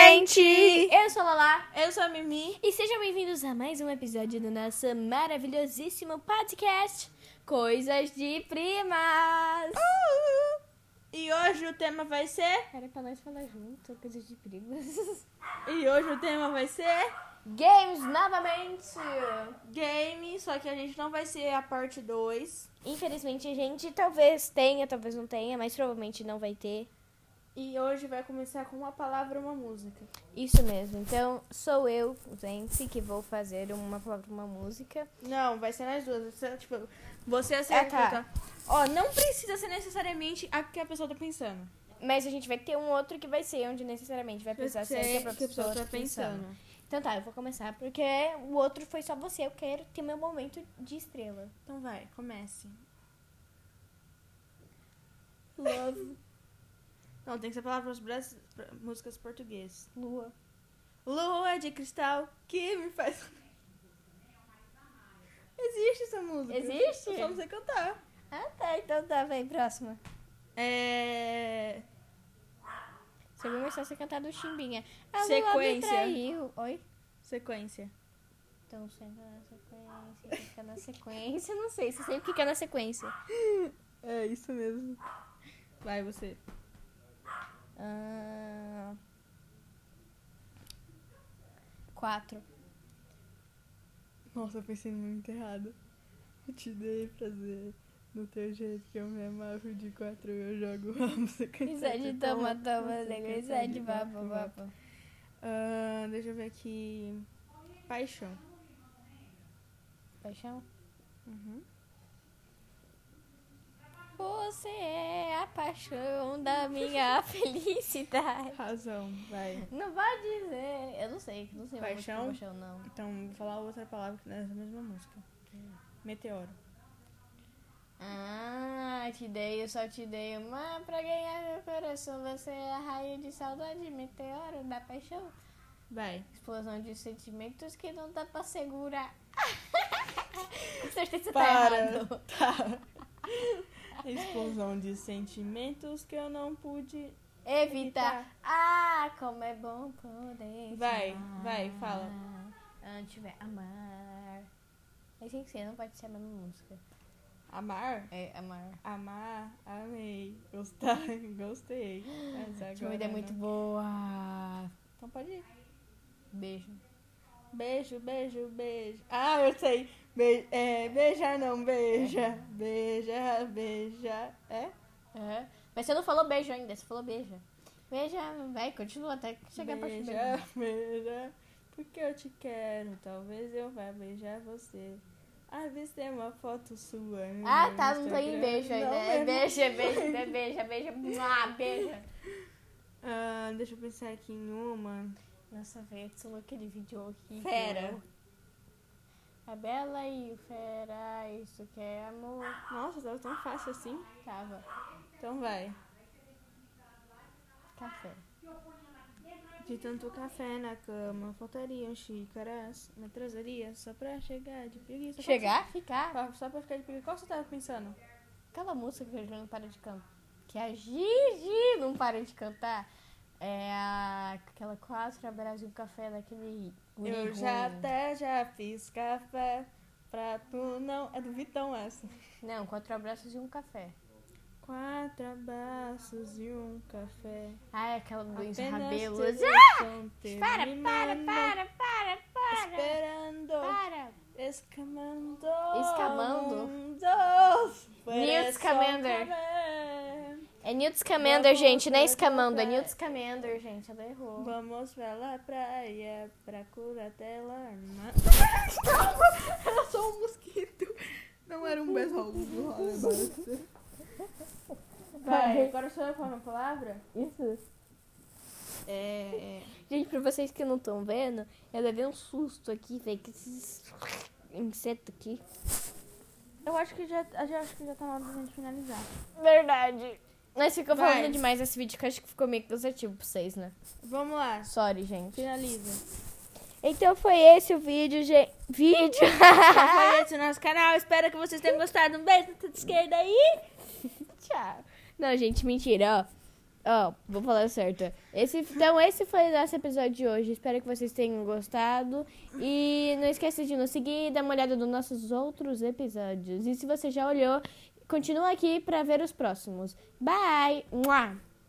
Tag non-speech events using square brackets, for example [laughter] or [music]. gente! Eu sou a Lala Eu sou a Mimi. e sejam bem-vindos a mais um episódio do nosso maravilhosíssimo podcast Coisas de Primas. E hoje o tema vai ser. Era pra nós falar junto, coisas de primas. E hoje o tema vai ser. [laughs] Games novamente! Game, só que a gente não vai ser a parte 2. Infelizmente, gente, talvez tenha, talvez não tenha, mas provavelmente não vai ter. E hoje vai começar com uma palavra e uma música. Isso mesmo, então sou eu, gente, que vou fazer uma palavra, uma música. Não, vai ser nas duas. Você, tipo, você acerta. então. tá. Ó, não precisa ser necessariamente a que a pessoa tá pensando. Mas a gente vai ter um outro que vai ser onde necessariamente vai precisar ser Sei o que a pessoa tá pensando. Então tá, eu vou começar porque o outro foi só você. Eu quero ter meu momento de estrela. Então vai, comece. Love, Não, tem que ser palavras brasi- pra- músicas portuguesas. lua. Lua de cristal que me faz. Existe essa música. Existe? Eu só não sei cantar. Ah tá, então tá, vai, próxima. É. Você vai começar a ser cantar do Chimbinha. A Sequência. Lua me traiu. Oi? Sequência. Então sempre na sequência, fica na sequência. Não sei, você sempre fica na sequência. É isso mesmo. Vai você. Ah, Quatro. Nossa, eu pensei muito errado. Eu te dei prazer. No teu jeito que eu me amarro de quatro, eu jogo a música. Isa é de toma, toma, nega, isa de baba, baba. Ah, deixa eu ver aqui. Paixão. Paixão? Uhum. Você é a paixão da minha felicidade. Razão, vai. Não vai dizer. Eu não sei, não sei Paixão? muito de paixão, não. Então, vou falar outra palavra que não é essa mesma música. Meteoro. Ah, te dei, eu só te dei uma pra ganhar meu coração. Você é a raio de saudade, meteoro da paixão. Vai. Explosão de sentimentos que não dá pra segurar. [laughs] Certeza tá Para. errado. Tá. [laughs] Explosão de sentimentos que eu não pude. Evita. Ah, como é bom poder. te Vai, amar. vai, fala. Antes tiver amar. Mas tem que ser, não pode ser a mesma música. Amar? É, amar. Amar, amei. Gostar, gostei. Mas agora. Tinha uma ideia não. é muito boa. Então pode ir. Beijo. Beijo, beijo, beijo. Ah, eu sei. Be é, beija, não beija. Beija, beija. É? Aham. Mas você não falou beijo ainda, você falou beija. Beija, vai, continua até que chegar pra beija, beijo. [laughs] beija. Porque eu te quero. Talvez eu vá beijar você. Avistei uma foto sua. no Ah, meu tá, não tem Instagram. beijo ainda. Não É mesmo. beija, beija, né? beija, beija, mua, beija. Ah, deixa eu pensar aqui em uma. Nossa, velho, tu louco aquele vídeo horrível. Fera. A Bela e o Fera, isso que é amor. Nossa, tava tão fácil assim. Tava. Então vai. Café. De tanto café na cama, um faltariam xícaras na traseria só pra chegar de preguiça. Chegar? Ficar. Pra- Ah, Só pra ficar de preguiça. Qual você tava pensando? Aquela música que a Juliana não para de cantar. Que a Gigi não para de cantar. É a- aquela quatro a Brasil Café daquele. guri Eu ruim. já até já fiz café pra tu não. É do Vitão essa. Não, quatro abraços e um café. Quatro abraços e um café. Ah, é aquela do Apenas Rabelo. teus Ah! são Para, para, terminando, para, para, para. Esperando, Para. escamando. Escamando? mundos para Newt Scamander. só comer. É Newt Scamander, Vamos gente. Não é pra Scamando, é praia. Newt Scamander, gente. Ela errou. Vamos pela praia pra curar dela. era só um mosquito. Não era um besouro. Vai, agora sou eu com a minha palavra? Isso. É. Gente, pra vocês que não estão vendo, eu levei um susto aqui, velho. Que esses insetos aqui. Eu acho que já, já, acho que já tá na hora da gente finalizar. Verdade. Nós ficamos Vai. falando demais nesse vídeo que eu acho que ficou meio cansativo pra vocês, né? Vamos lá, Sorry, gente. [laughs] finaliza. Então foi esse o vídeo, gente. Vídeo! Apoie o Então nosso canal, espero que vocês tenham gostado. Um beijo na teta esquerda aí. Tchau. Não, gente, mentira, ó. Ó, vou falar certo. Esse, então, esse foi o nosso episódio de hoje. Espero que vocês tenham gostado. E não esqueça de nos seguir e dar uma olhada nos nossos outros episódios. E se você já olhou, continua aqui pra ver os próximos. Bye! Mua!